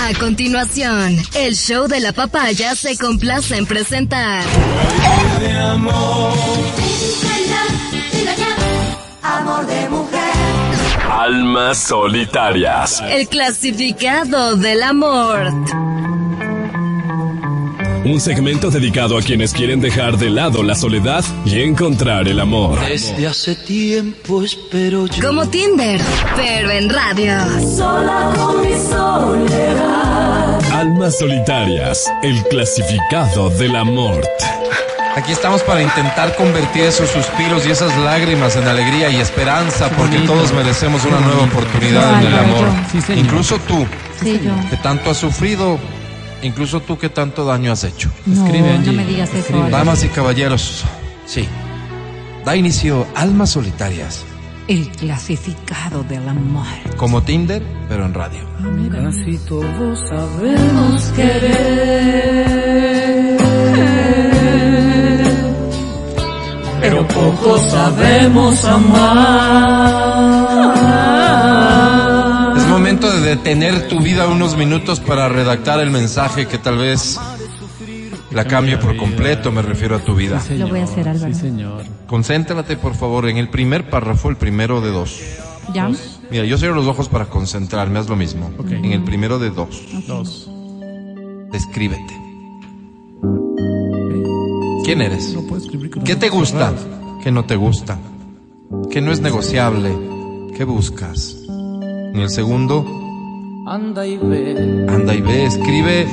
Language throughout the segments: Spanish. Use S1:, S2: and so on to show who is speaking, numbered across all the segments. S1: A continuación, el show de la papaya se complace en presentar.
S2: Amor de mujer.
S3: Almas solitarias.
S1: El clasificado del amor.
S3: Un segmento dedicado a quienes quieren dejar de lado la soledad y encontrar el amor.
S4: Desde hace tiempo espero yo.
S1: Como Tinder, pero en radio.
S2: Sola con mi soledad.
S3: Almas solitarias. El clasificado del amor.
S5: Aquí estamos para intentar convertir esos suspiros y esas lágrimas en alegría y esperanza, porque todos merecemos una nueva oportunidad en el amor. incluso tú,
S6: Sí, yo.
S5: que tanto has sufrido, incluso tú que tanto daño has hecho.
S6: No, no me digas eso. Álvaro.
S5: Damas y caballeros, sí. Da inicio Almas Solitarias,
S6: El clasificado del amor.
S5: como Tinder, pero en radio.
S4: Casi Ah, todos
S6: Vemos
S4: pero poco sabemos amar.
S5: Es momento de detener tu vida unos minutos para redactar el mensaje que tal vez la cambie por completo, me refiero a tu vida.
S6: Lo voy a hacer, Álvaro.
S5: Concéntrate, por favor, en el primer párrafo, el primero de dos.
S6: ¿Ya?
S5: Mira, yo cierro los ojos para concentrarme, haz lo mismo. En el primero de dos. Descríbete. ¿Quién eres? ¿Qué te gusta? ¿Qué no te gusta? ¿Qué no es negociable? ¿Qué buscas? En el segundo,
S4: Anda y ve. Este
S5: anda y ve, escribe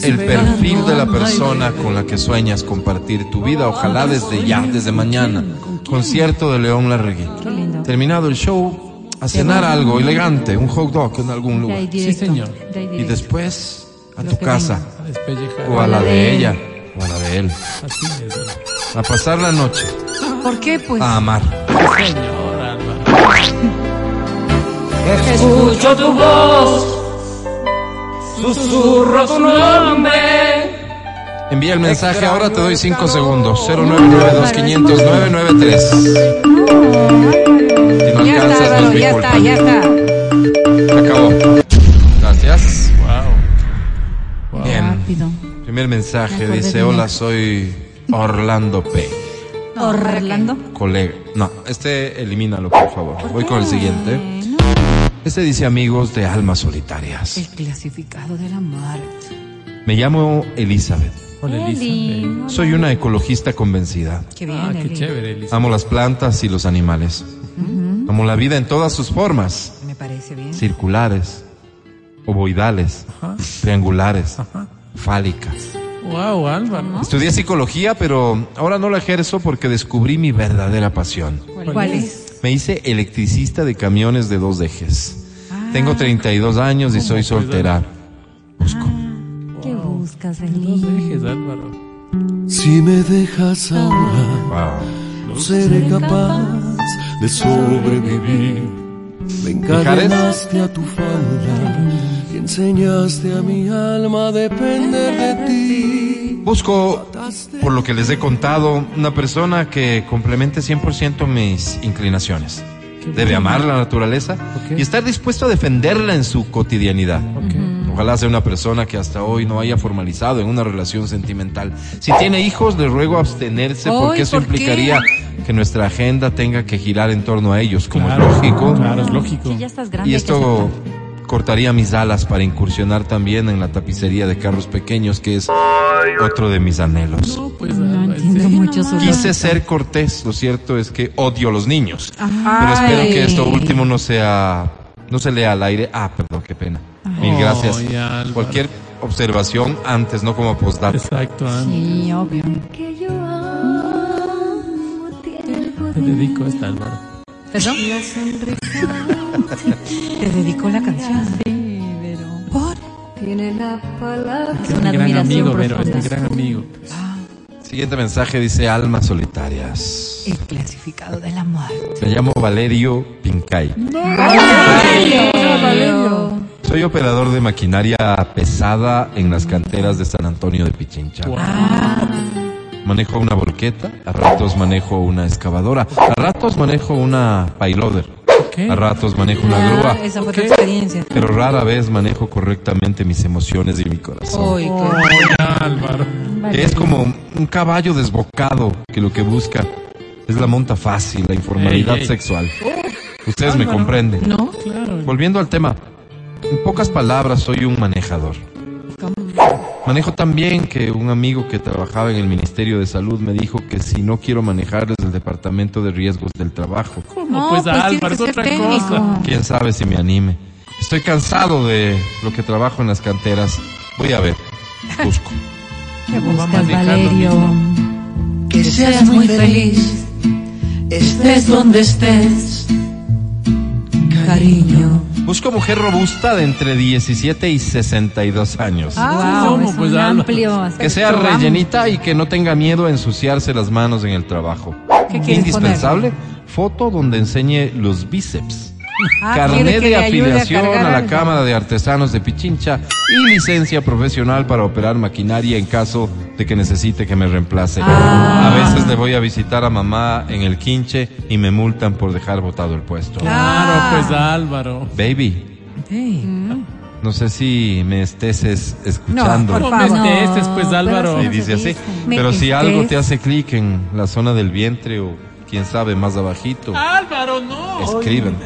S5: el perfil de la persona con la que sueñas compartir tu vida, ojalá desde ya, desde mañana. Concierto de León Larregui.
S6: Qué lindo.
S5: Terminado el show, a cenar algo elegante, un hot dog en algún
S6: De
S5: lugar.
S6: ahí directo.
S7: señor.
S6: De ahí
S5: Y
S6: directo.
S5: después a
S6: Lo
S5: tu
S6: que
S5: casa,
S7: Despellejar.
S5: o a la
S6: la
S5: de
S6: de
S5: ella, o a la de él.
S7: Así es. ¿no?
S5: A pasar la noche,
S6: ¿Por qué? Pues.
S5: a amar.
S7: Señor Álvaro.
S4: Escucho tu voz. Susurro tu nombre.
S5: Envía el mensaje, ahora te doy 5 segundos. 0992 500 993. Si no
S6: ya está,
S5: alcanzas, no es
S6: Álvaro,
S5: mi
S6: ya
S5: culpa.
S6: está, ya está.
S5: Se acabó. Gracias.
S7: Wow.
S5: Bien.
S6: Rápido.
S5: Primer mensaje
S6: acordé
S5: dice,
S6: de mí.
S5: hola, soy Orlando P.
S6: Orlando.
S5: Colega. No, este elimínalo, por favor. Voy con el siguiente. Este dice amigos de almas solitarias.
S6: El clasificado del amor.
S5: Me llamo Elizabeth.
S7: Hola,
S6: Eli.
S7: Elizabeth.
S5: Soy una ecologista convencida.
S6: Qué bien,
S7: Ah, qué
S6: Eli.
S7: chévere, Elizabeth.
S5: Amo las plantas y los animales. Amo la vida en todas sus formas.
S6: Me parece bien.
S5: Circulares, ovoidales, triangulares, fálicas.
S7: Wow, Álvaro.
S5: Estudié psicología, pero ahora no la ejerzo porque descubrí mi verdadera pasión.
S6: ¿Cuál es?
S5: Me hice electricista de camiones de dos ejes. Tengo 32 años y soy soltera. Busco.
S6: ¿Qué buscas,
S7: Dos
S6: Eli?
S7: ejes, Álvaro.
S8: Si me dejas ahora,
S5: Wow.
S8: no seré capaz de sobrevivir. Me encadenaste a tu falda y enseñaste a mi alma a depender de ti.
S5: Busco, por lo que les he contado, una persona que complemente 100% mis inclinaciones. Debe amar la naturaleza
S7: Ok.
S5: y estar dispuesto a defenderla en su cotidianidad. Ojalá sea una persona que hasta hoy no haya formalizado en una relación sentimental. Si tiene hijos, le ruego abstenerse porque
S6: Ay,
S5: eso
S6: ¿por qué?
S5: implicaría que nuestra agenda tenga que girar en torno a ellos, como
S7: Claro,
S5: es lógico.
S7: Claro, es lógico.
S6: Sí, ya estás grande.
S5: Y
S6: hay que
S5: esto
S6: aceptar.
S5: cortaría mis alas para incursionar también en la tapicería de carros pequeños, que es otro de mis anhelos.
S7: No, pues,
S6: No
S7: Álvaro,
S6: entiendo
S7: sí.
S6: mucho su
S5: Quise ser cortés, lo cierto es que odio a los niños. Pero
S6: Ay.
S5: espero que esto último no sea, no se lea al aire. Ah, perdón, qué pena. Mil
S7: Ay,
S5: gracias.
S7: Álvaro.
S5: Cualquier observación antes, no como postdata.
S7: Exacto, ¿eh? Álvaro.
S6: Sí, obvio.
S7: Te dedico a esta, Álvaro.
S6: ¿Perdón? Te dedicó la canción. ¿Por? Es una
S7: gran
S6: admiración
S7: amigo, Vero,
S6: profunda.
S7: este gran amigo.
S5: Siguiente mensaje dice Almas Solitarias.
S6: El clasificado del amor.
S5: Me llamo Valerio Pincay.
S6: Mm.
S5: Soy operador de maquinaria pesada en las canteras de San Antonio de Pichincha.
S6: Ah.
S5: Manejo una volqueta, a ratos manejo una excavadora, a ratos manejo una payloader.
S7: ¿Qué?
S5: A ratos manejo una grúa,
S6: Esa fue tu experiencia.
S5: pero rara vez manejo correctamente mis emociones y mi corazón.
S6: Uy,
S7: Ya, Álvaro.
S5: Es como un caballo desbocado que lo que busca es la monta fácil, la informalidad
S7: Ey, ey.
S5: sexual. Ustedes me comprenden.
S6: ¿No?
S7: Claro.
S5: Volviendo al tema, en pocas palabras soy un manejador. Manejo tan bien que un amigo que trabajaba en el Ministerio de Salud me dijo que si no quiero manejar desde el Departamento de Riesgos del Trabajo,
S7: No, pues, Álvaro, es otra cosa.
S5: quién sabe si me anime. Estoy cansado de lo que trabajo en las canteras. Voy a ver. Busco.
S6: ¿Qué
S7: ¿Cómo va a
S6: buscas,
S7: manejar lo
S6: Valerio?
S7: mismo?
S2: Que seas muy feliz, estés donde estés, cariño.
S5: Busco mujer robusta de entre 17 y 62 años.
S6: Ah, wow,
S7: ¿cómo,
S6: es
S7: pues,
S6: un
S7: Álvaro?
S6: amplio
S5: Que sea rellenita y que no tenga miedo a ensuciarse las manos en el trabajo.
S6: ¿Qué quieres poner?
S5: Indispensable, foto donde enseñe los bíceps.
S6: Ah, quiere
S5: Carnet
S6: que
S5: de
S6: le ayude
S5: afiliación a,
S6: cargar
S5: la
S6: algo.
S5: Cámara de Artesanos de Pichincha y licencia profesional para operar maquinaria en caso de que necesite que me reemplace.
S6: Ah.
S5: A veces le voy a visitar a mamá en el quinche y me multan por dejar botado el puesto.
S6: Ah.
S7: Claro, pues Álvaro.
S5: Baby,
S6: Sí.
S5: no sé si me estés es- escuchando.
S6: por
S7: No me
S6: favor.
S7: estés, pues
S6: No,
S7: Álvaro.
S6: pero
S5: Y
S6: sí.
S5: dice así.
S6: Me
S5: Pero si algo te
S6: estés.
S5: hace clic en la zona del vientre o quién sabe más abajito,
S6: Ah.
S7: Álvaro, no.
S5: escríbeme.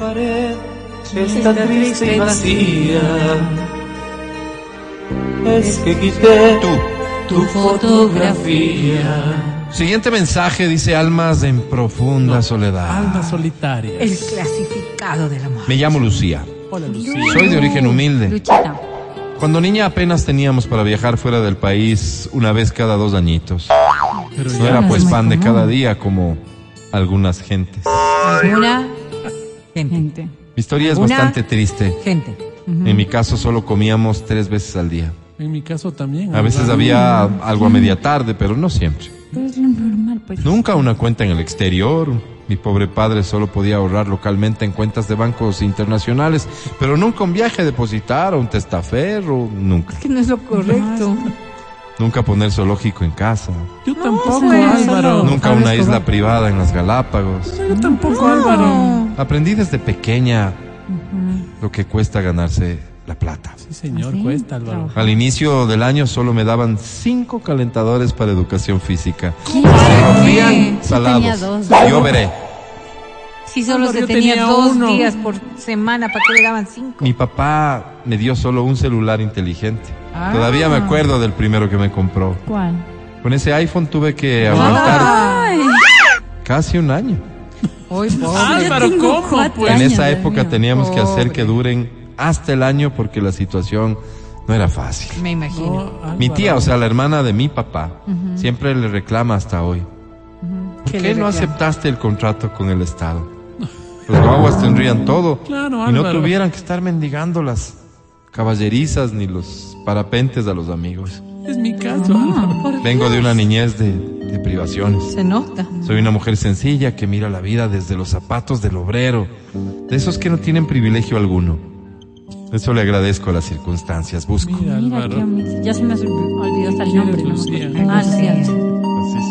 S9: Está triste y vacía. Es que quité
S5: Tú.
S9: tu fotografía.
S5: Siguiente mensaje dice almas en profunda soledad.
S7: Alma solitaria.
S6: El clasificado del amor.
S5: Me llamo Lucía.
S7: Hola, Lucía.
S5: Soy de origen humilde.
S6: Luchita.
S5: Cuando niña apenas teníamos para viajar fuera del país una vez cada dos añitos.
S7: Pero
S5: No
S7: ya.
S5: era pues
S6: Es muy
S5: pan de
S6: común.
S5: cada día como algunas gentes.
S6: Una gente.
S5: Mi historia es
S6: Una-
S5: bastante triste.
S6: Gente.
S5: En mi caso solo comíamos tres veces al día.
S7: En mi caso también.
S5: A veces
S7: Álvaro.
S5: había algo a media tarde, pero no siempre.
S6: Pero es lo normal, pues.
S5: Nunca una cuenta en el exterior. Mi pobre padre solo podía ahorrar localmente en cuentas de bancos internacionales, pero nunca un viaje a depositar o un testaferro, nunca.
S6: Que no es lo correcto.
S10: Ah,
S5: Nunca poner zoológico en casa.
S7: Yo tampoco,
S6: pues,
S7: Álvaro.
S6: no. Pues
S5: Nunca
S6: Pablo
S5: una
S6: Escobar.
S5: isla privada en las Galápagos.
S7: Yo tampoco, Álvaro.
S5: Aprendí desde pequeña lo que cuesta ganarse la plata.
S7: Sí, señor, cuesta, Álvaro.
S5: Al inicio del año solo me daban cinco calentadores para educación física.
S6: Sí,
S5: Servían
S6: sí tenía
S5: salados.
S6: dos.
S5: Yo veré.
S6: Si solo
S7: Álvaro,
S6: se
S7: yo
S6: tenía,
S7: tenía
S6: dos
S7: uno.
S6: días por semana, ¿para qué le daban cinco?
S5: Mi papá me dio solo un celular inteligente. Todavía
S6: Ah.
S5: me acuerdo del primero que me compró.
S10: ¿Cuál?
S5: Con ese iPhone tuve
S6: Ah.
S5: que aguantar casi un año.
S6: Hoy,
S7: Álvaro, ¿cómo? Pues
S5: En esa
S10: Dios
S5: época
S10: mío.
S5: teníamos que hacer que duren hasta el año porque la situación no era fácil.
S6: me
S7: No,
S6: imagino.
S7: Álvaro.
S5: Mi tía, o sea, la hermana de mi papá, siempre le reclama hasta hoy. ¿Por
S6: ¿Qué
S5: qué,
S6: le
S5: no
S6: reclama?
S5: aceptaste el contrato con el Estado? Los guaguas tendrían todo
S7: Claro,
S5: y no
S7: Álvaro.
S5: tuvieran que estar mendigando las caballerizas ni los parapentes a los amigos.
S7: Es mi caso, Álvaro.
S5: Vengo de una niñez de, de privaciones.
S6: Se nota.
S5: Soy una mujer sencilla que mira la vida desde los zapatos del obrero, de esos que no tienen privilegio alguno. Eso le agradezco a las circunstancias. Busco.
S7: Mira,
S10: Mira, qué
S7: Álvaro.
S10: omix- Ya se me olvidó hasta el
S7: ¿Quién
S10: nombre.
S7: es
S10: no me
S7: Lucía?
S10: acuerdo. Ah, Lucía.
S5: Así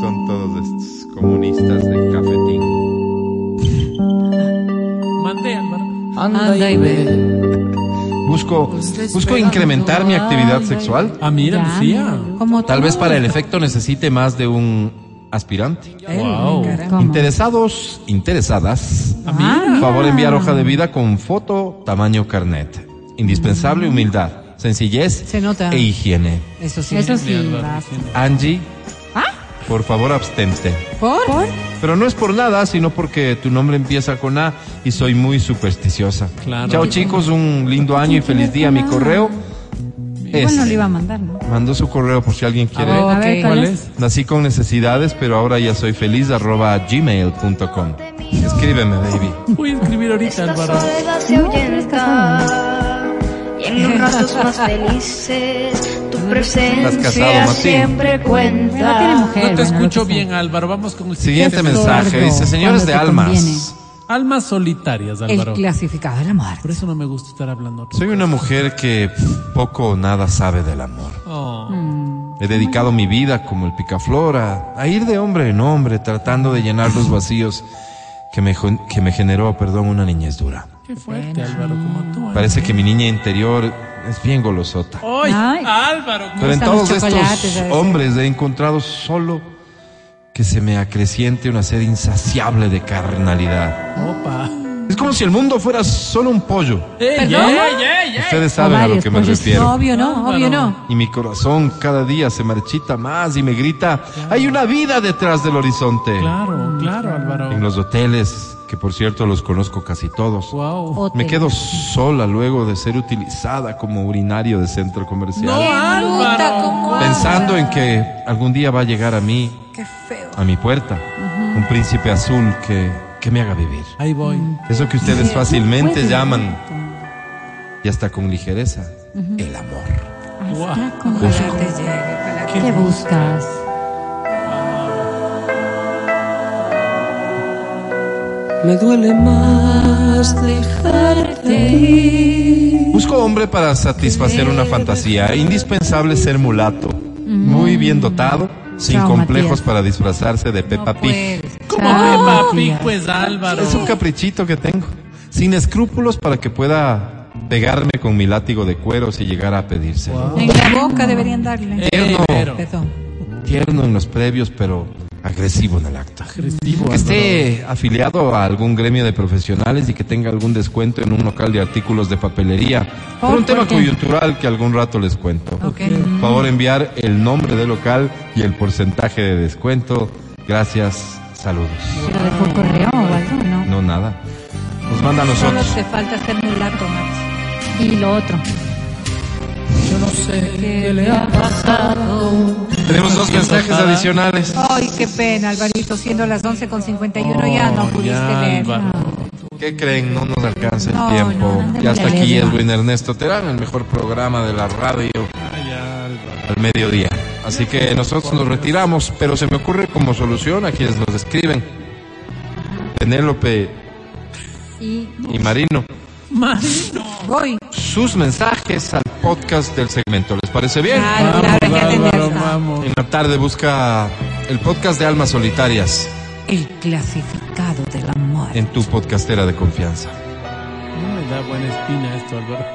S5: son todos estos comunistas de cafetín.
S7: Mandé, Álvaro.
S4: Anda y ve,
S5: Busco, busco incrementar mi actividad sexual.
S7: Ah, mira,
S10: Ya.
S7: Lucía.
S6: Como
S5: Tal vez para el efecto necesite más de un aspirante.
S7: Wow.
S5: Interesados, interesadas.
S7: Ah, mira.
S5: Favor enviar hoja de vida con foto, tamaño, carnet. Indispensable humildad, sencillez
S6: Mm. Se nota.
S5: e higiene.
S6: Eso sí.
S10: Eso
S7: Sí,
S10: sí.
S7: Álvaro,
S10: va.
S7: sí.
S5: Angie,
S6: ¿Ah?
S5: por favor abstente.
S6: ¿Por?
S5: Pero no es por nada, sino porque tu nombre empieza con A y soy muy supersticiosa.
S7: Claro.
S5: Chao chicos, un lindo año y feliz día. Mi correo es...
S10: Bueno, le iba a mandar, ¿no?
S5: Mandó su correo por si alguien quiere.
S10: A
S6: Ok.
S10: ver, ¿cuál,
S7: ¿Cuál
S10: es?
S7: es?
S5: Nací con necesidades, pero ahora ya soy feliz, arroba gmail.com. Escríbeme, baby.
S7: Voy a escribir ahorita, Álvaro.
S10: se ahuyenta,
S2: y en los ratos más felices tu
S5: Mm, ¿Estás casado,
S2: presencia
S5: Martín? siempre
S10: Ah, No tiene
S2: cuenta.
S10: mujer.
S7: No te
S10: bueno, lo
S7: escucho
S10: que sea.
S7: bien, Álvaro. Vamos con el
S5: Siguiente
S7: siguiente.
S5: mensaje,
S6: sordo,
S5: dice, señores
S6: cuando
S5: de
S6: te
S5: almas.
S6: conviene.
S7: Almas solitarias, Álvaro.
S6: El clasificado del amor.
S7: Por eso no me gusta estar hablando.
S5: Soy una mujer que poco o nada sabe del amor.
S7: Oh.
S6: Mm,
S5: He dedicado mi vida como el picaflor a, a ir de hombre en hombre, tratando de llenar los vacíos que me, jo- que me generó, perdón, una niñez dura.
S7: Qué fuerte, Álvaro, como tú. ¿eh?
S5: Parece que mi niña interior es bien golosota.
S7: ¡Ay,
S6: Ay.
S7: Álvaro! ¿cómo
S5: Pero en
S6: Gustan los
S5: todos
S6: chocolates,
S5: estos
S6: a veces.
S5: hombres he encontrado solo que se me acreciente una sed insaciable de carnalidad.
S7: Opa.
S5: Es como si el mundo fuera solo un pollo.
S7: ¡Ey,
S6: ¿Perdón?
S7: ey, ey, ey!
S5: Ustedes saben a lo
S10: varios pues,
S5: que me
S10: pollos.
S6: No,
S5: refiero.
S6: obvio no, obvio no.
S5: Y mi corazón cada día se marchita más y me grita, hay una vida detrás del horizonte.
S7: Claro, claro,
S5: En
S7: Álvaro.
S5: los hoteles, que por cierto los conozco casi todos.
S7: Wow.
S10: Hotel.
S5: Me quedo sola luego de ser utilizada como urinario de centro comercial.
S7: No, Álvaro.
S6: como
S5: Pensando en que algún día va a llegar a mí,
S6: Qué feo.
S5: a mi puerta, un príncipe azul que, que me haga vivir.
S7: Ahí voy.
S6: Mm,
S5: Eso que ustedes fácilmente llaman, y hasta con ligereza, el amor.
S7: Wow.
S10: Ojalá
S6: te llegue, ojalá
S10: ¿Qué buscas?
S9: Me duele más dejarte ir.
S5: Busco hombre para satisfacer una fantasía. Indispensable ser mulato, muy bien dotado, sin
S10: Chao,
S5: complejos
S10: Matías.
S5: para disfrazarse de Peppa Pig.
S7: ¿Cómo ve, papi? Pues Álvaro.
S5: Es un caprichito que tengo. Sin escrúpulos para que pueda pegarme con mi látigo de cuero si llegara a pedírselo.
S6: En la boca deberían darle.
S7: Ey, pero.
S6: Perdón.
S5: Tierno en los previos, pero agresivo en el acto.
S7: Agresivo,
S5: Que esté afiliado a algún gremio de profesionales y que tenga algún descuento en un local de artículos de papelería. Por un
S10: ¿Por
S5: tema
S10: qué?
S5: coyuntural que algún rato les cuento.
S6: Ok.
S5: Por favor, enviar el nombre del local y el porcentaje de descuento. Gracias, saludos.
S10: ¿Te lo dejó correo o algo? No.
S5: No, nada. Nos manda a
S6: Solo
S5: nosotros.
S6: te falta ser mulato, Max.
S10: Y lo otro.
S9: Yo no sé qué le ha pasado.
S5: Tenemos dos mensajes adicionales.
S6: Ay, qué pena, Alvarito, siendo las 11 con 51 ya no pudiste
S7: ya,
S6: leer.
S7: Álvaro.
S5: ¿Qué creen? No nos alcanza el
S6: No, no,
S5: tiempo.
S6: no,
S5: y hasta
S10: no,
S5: aquí
S10: no.
S5: Edwin Ernesto Terán, el mejor programa de la radio al mediodía. Así que nosotros nos retiramos, pero se me ocurre como solución a quienes nos escriben. Penélope
S10: Y
S5: y Marino,
S6: Voy.
S5: sus mensajes al podcast del segmento. ¿Les parece bien?
S6: Claro, claro, hay que
S7: Álvaro,
S6: atenderla.
S7: vamos.
S5: En la tarde busca el podcast de Almas Solitarias
S6: El clasificado del amor.
S5: en tu podcastera de confianza.
S7: No me da buena espina esto, Álvaro.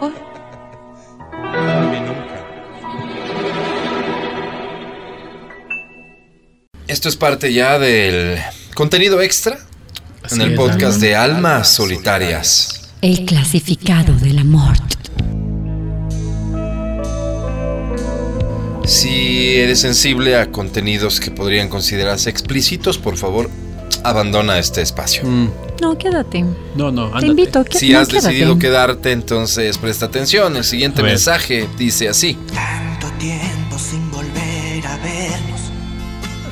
S6: Por-
S5: Esto es parte ya del contenido extra en el podcast de Almas Solitarias.
S1: El clasificado del amor.
S5: Si eres sensible a contenidos que podrían considerarse explícitos, por favor, abandona este espacio.
S10: no, quédate.
S7: No, no,
S10: Te
S7: ándate.
S10: invito. que-
S5: Si
S10: no,
S5: has
S10: quédate.
S5: decidido quedarte, entonces presta atención. El siguiente
S7: A ver.
S5: mensaje dice así.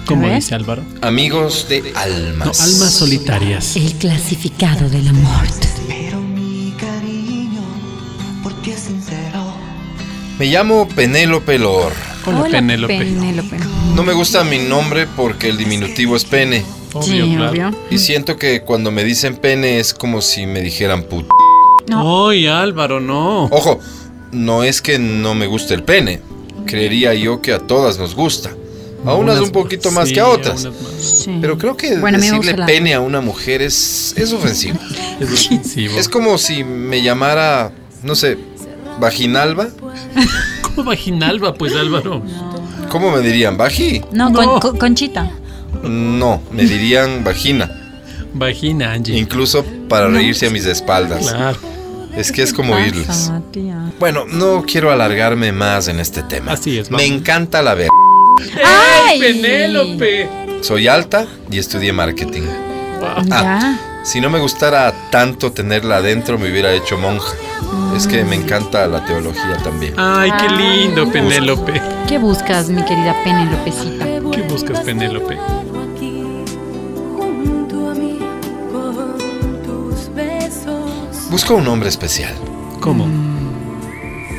S7: ¿Cómo
S10: ¿Ves?
S7: dice Álvaro?
S5: Amigos de almas.
S7: No, almas solitarias.
S1: El clasificado del amor.
S5: Me llamo Penélope Lor.
S7: Hola, Penélope.
S10: Penélope.
S5: No me gusta mi nombre porque el diminutivo es pene.
S7: Obvio,
S10: Sí,
S7: claro.
S10: obvio.
S5: Y siento que cuando me dicen pene es como si me dijeran puto.
S7: Ay, Álvaro, no.
S5: Ojo, no es que no me guste el pene. Creería yo que a todas nos gusta. A unas un poquito más
S7: sí,
S5: que a otras.
S7: unas más.
S10: Sí.
S5: Pero creo que
S10: Bueno, a mí me
S5: decirle
S10: gusta la-
S5: pene a una mujer es, es ofensivo.
S7: Es ofensivo.
S5: es como si me llamara, no sé, vaginalba.
S7: como vaginalba, pues, Álvaro.
S5: ¿Cómo me dirían? ¿Vagi?
S10: No,
S7: No.
S10: Con, con- Conchita.
S5: No, me dirían vagina.
S7: Vagina, Angie.
S5: Incluso para reírse a mis espaldas.
S7: Claro.
S5: Es que es como
S10: Pasa,
S5: irles.
S10: Matías.
S5: Bueno, no quiero alargarme más en este tema.
S7: Así es,
S5: Me
S7: vamos.
S5: encanta la ver.
S10: ¡Ay!
S7: Penélope.
S5: Soy alta y estudié marketing. Ah,
S10: Ya.
S5: Si no me gustara tanto tenerla adentro, me hubiera hecho monja. Es que me encanta la teología también.
S7: Ay, qué lindo, Penélope.
S10: ¿Qué buscas, mi querida Penelopecita?
S7: ¿Qué buscas, Penélope?
S5: Busco un hombre especial.
S7: ¿Cómo?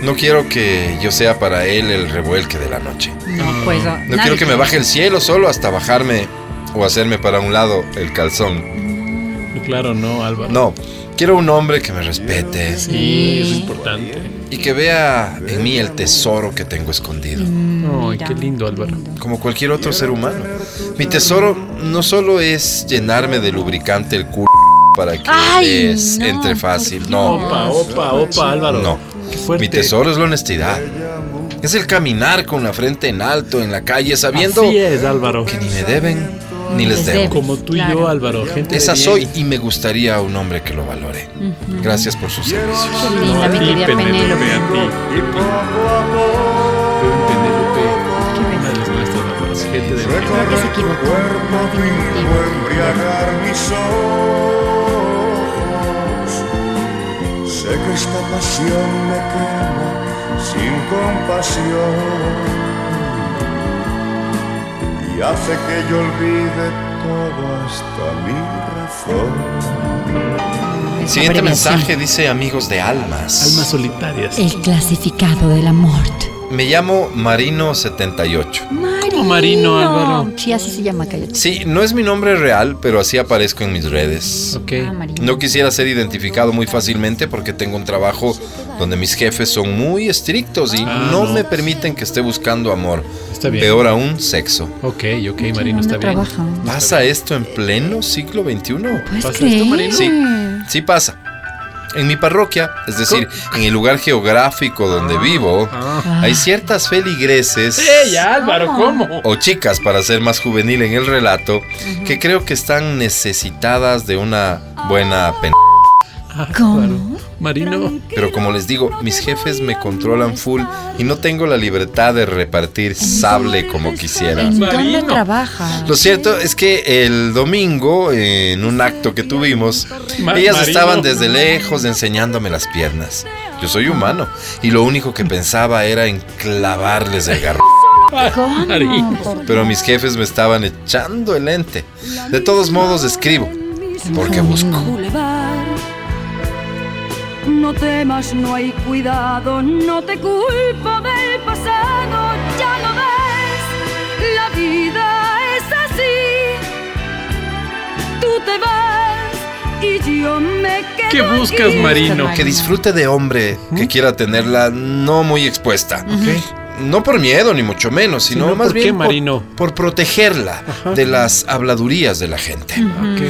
S5: No quiero que yo sea para él el revuelque de la noche.
S10: No, pues.
S5: No quiero que me baje el cielo solo hasta bajarme o hacerme para un lado el calzón.
S7: Claro, no, Álvaro.
S5: No, quiero un hombre que me respete,
S7: Sí, es importante.
S5: Y que vea en mí el tesoro que tengo escondido.
S7: Ay, qué lindo, Álvaro.
S5: Como cualquier otro ser humano. Mi tesoro no solo es llenarme de lubricante el culo para que
S7: Ay,
S5: les
S7: no,
S5: entre fácil. No.
S7: Opa, opa, opa, Álvaro.
S5: No. Mi tesoro es la honestidad. Es el caminar con la frente en alto en la calle sabiendo
S7: Así es, Álvaro.
S5: que ni me deben ni les debo.
S7: Como tú y yo, Álvaro. Gente de
S5: Esa
S7: bien.
S5: soy y me gustaría a un hombre que lo valore. Gracias por sus servicios.
S10: Qué linda, mi
S7: Sí,
S10: querida Penélope.
S7: Penélope, a ti. Penélope. Una de las nuestras Álvaro. Gente de bien.
S10: Creo que se equivocó. No tiene motivo.
S11: embriagar mis ojos. Sé que esta pasión me quema sin compasión y hace que yo olvide todo hasta mi razón.
S5: Siguiente mensaje dice amigos de almas.
S7: Almas solitarias.
S10: El clasificado del amor.
S5: Me llamo Marino78.
S10: Marino.
S7: Oh, Marino, Álvaro.
S10: Sí, así se llama, cállate.
S5: Sí, no es mi nombre real, pero así aparezco en mis redes.
S7: Ok.
S10: Ah, Marino.
S5: No quisiera ser identificado muy fácilmente porque tengo un trabajo donde mis jefes son muy estrictos y
S7: Ah,
S5: no,
S7: no.
S5: me permiten que esté buscando amor.
S7: Está bien.
S5: Peor aún, sexo.
S7: Ok, ok, Marino, está bien.
S10: trabaja?
S5: ¿Pasa esto en pleno siglo XXI?
S10: ¿Puedes
S7: ¿Pasa esto,
S10: creer?
S7: Marino?
S5: Sí, sí pasa. En mi parroquia, es decir, en el lugar geográfico
S7: Ah.
S5: donde vivo,
S10: Ah.
S5: hay ciertas feligreses
S7: ¡Ella, Álvaro! ¿Cómo?
S5: o chicas, para ser más juvenil en el relato, que creo que están necesitadas de una buena pena. Oh,
S7: Ah,
S10: ¿Cómo?
S7: Álvaro. Marino.
S5: Pero como les digo, mis jefes me controlan full y no tengo la libertad de repartir sable como quisiera.
S10: ¿En dónde
S7: Marino.
S10: trabaja?
S5: Lo cierto es que el domingo, en un acto que tuvimos,
S7: Ma-
S5: ellas
S7: Marino.
S5: estaban desde lejos enseñándome las piernas. Yo soy humano y lo único que pensaba era en clavarles el garro.
S7: Marino.
S5: Pero mis jefes me estaban echando el ente. De todos modos escribo, porque busco.
S6: No temas, no hay cuidado, no te culpo del pasado, ya lo ves, la vida es así. Tú te vas y yo me quedo.
S7: ¿Qué buscas,
S6: aquí.
S7: Marino?
S5: Que disfrute de hombre que quiera tenerla no muy expuesta. No por miedo, ni mucho menos, sino,
S7: Sino,
S5: más
S7: ¿por qué,
S5: bien por-
S7: Marino?
S5: Por, protegerla de las habladurías de la gente. Eh,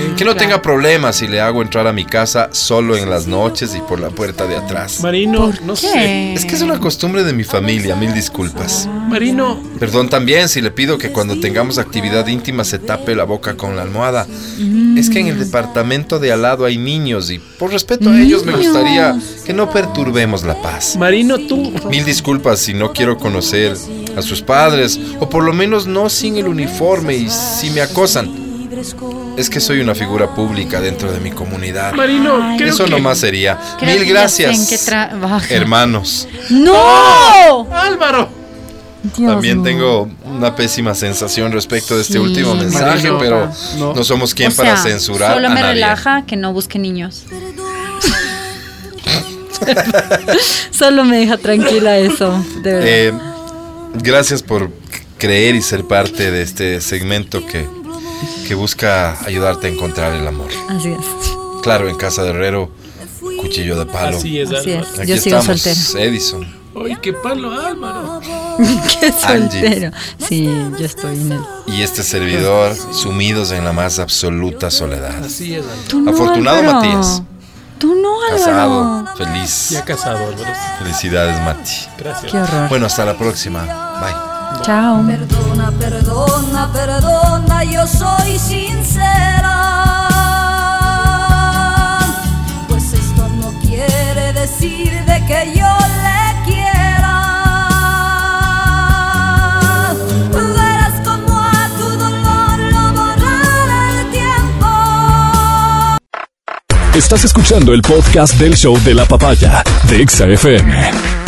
S7: Ok.
S5: Que no tenga problemas si le hago entrar a mi casa solo en las noches y por la puerta de atrás.
S7: Marino, no sé.
S5: Es que es una costumbre de mi familia, mil disculpas.
S7: Marino,
S5: Perdón también si le pido que cuando tengamos actividad íntima se tape la boca con la almohada. Es que en el departamento de al lado hay niños y por respeto a ellos me gustaría que no perturbemos la paz.
S7: Marino, tú.
S5: Mil disculpas si no quiero conocer a sus padres o por lo menos no sin el uniforme y si me acosan. Es que soy una figura pública dentro de mi comunidad.
S7: Marino, creo
S5: Eso
S7: que-
S5: nomás sería.
S10: Creo
S5: Mil
S10: que ya sé en
S5: gracias, Eh,
S10: qué trabaja.
S5: hermanos.
S10: ¡No!
S7: Álvaro.
S10: Dios
S5: oh, También
S10: mío.
S5: tengo una pésima sensación respecto de este
S10: Sí,
S5: último mensaje,
S7: Marino,
S5: pero
S7: no.
S5: no, somos quien
S10: O sea,
S5: para censurar
S10: Solo
S5: a
S10: me
S5: nadie.
S10: relaja que no busque niños. solo me deja tranquila eso, de verdad.
S5: Eh, gracias por c- creer y ser parte de este segmento que, que busca ayudarte a encontrar el amor.
S10: Así es.
S5: Claro, en casa de herrero, cuchillo de palo.
S7: Así es,
S10: Así
S7: Álvaro.
S10: es.
S5: Aquí
S10: Yo sigo
S5: estamos,
S10: soltera.
S5: Edison.
S7: Ay, qué palo, Álvaro.
S10: Qué
S5: Angie.
S10: soltero. Sí, yo estoy en el.
S5: Y este servidor sumidos en la más absoluta soledad.
S7: Así es, Álvaro.
S10: Tú no,
S5: Afortunado
S10: Álvaro.
S5: Matías.
S10: Tú no, Álvaro.
S5: Casado, feliz.
S7: Ya casado, Álvaro.
S5: Felicidades, Mati.
S7: Gracias.
S10: Qué horror.
S5: Bueno, hasta la próxima. Bye.
S10: Chao.
S6: Perdona, perdona, perdona, yo soy sincera. Pues esto no quiere decir de que yo le quiera. Verás como a tu dolor lo borrará el tiempo.
S3: Estás escuchando el podcast del show de la papaya de Exa FM.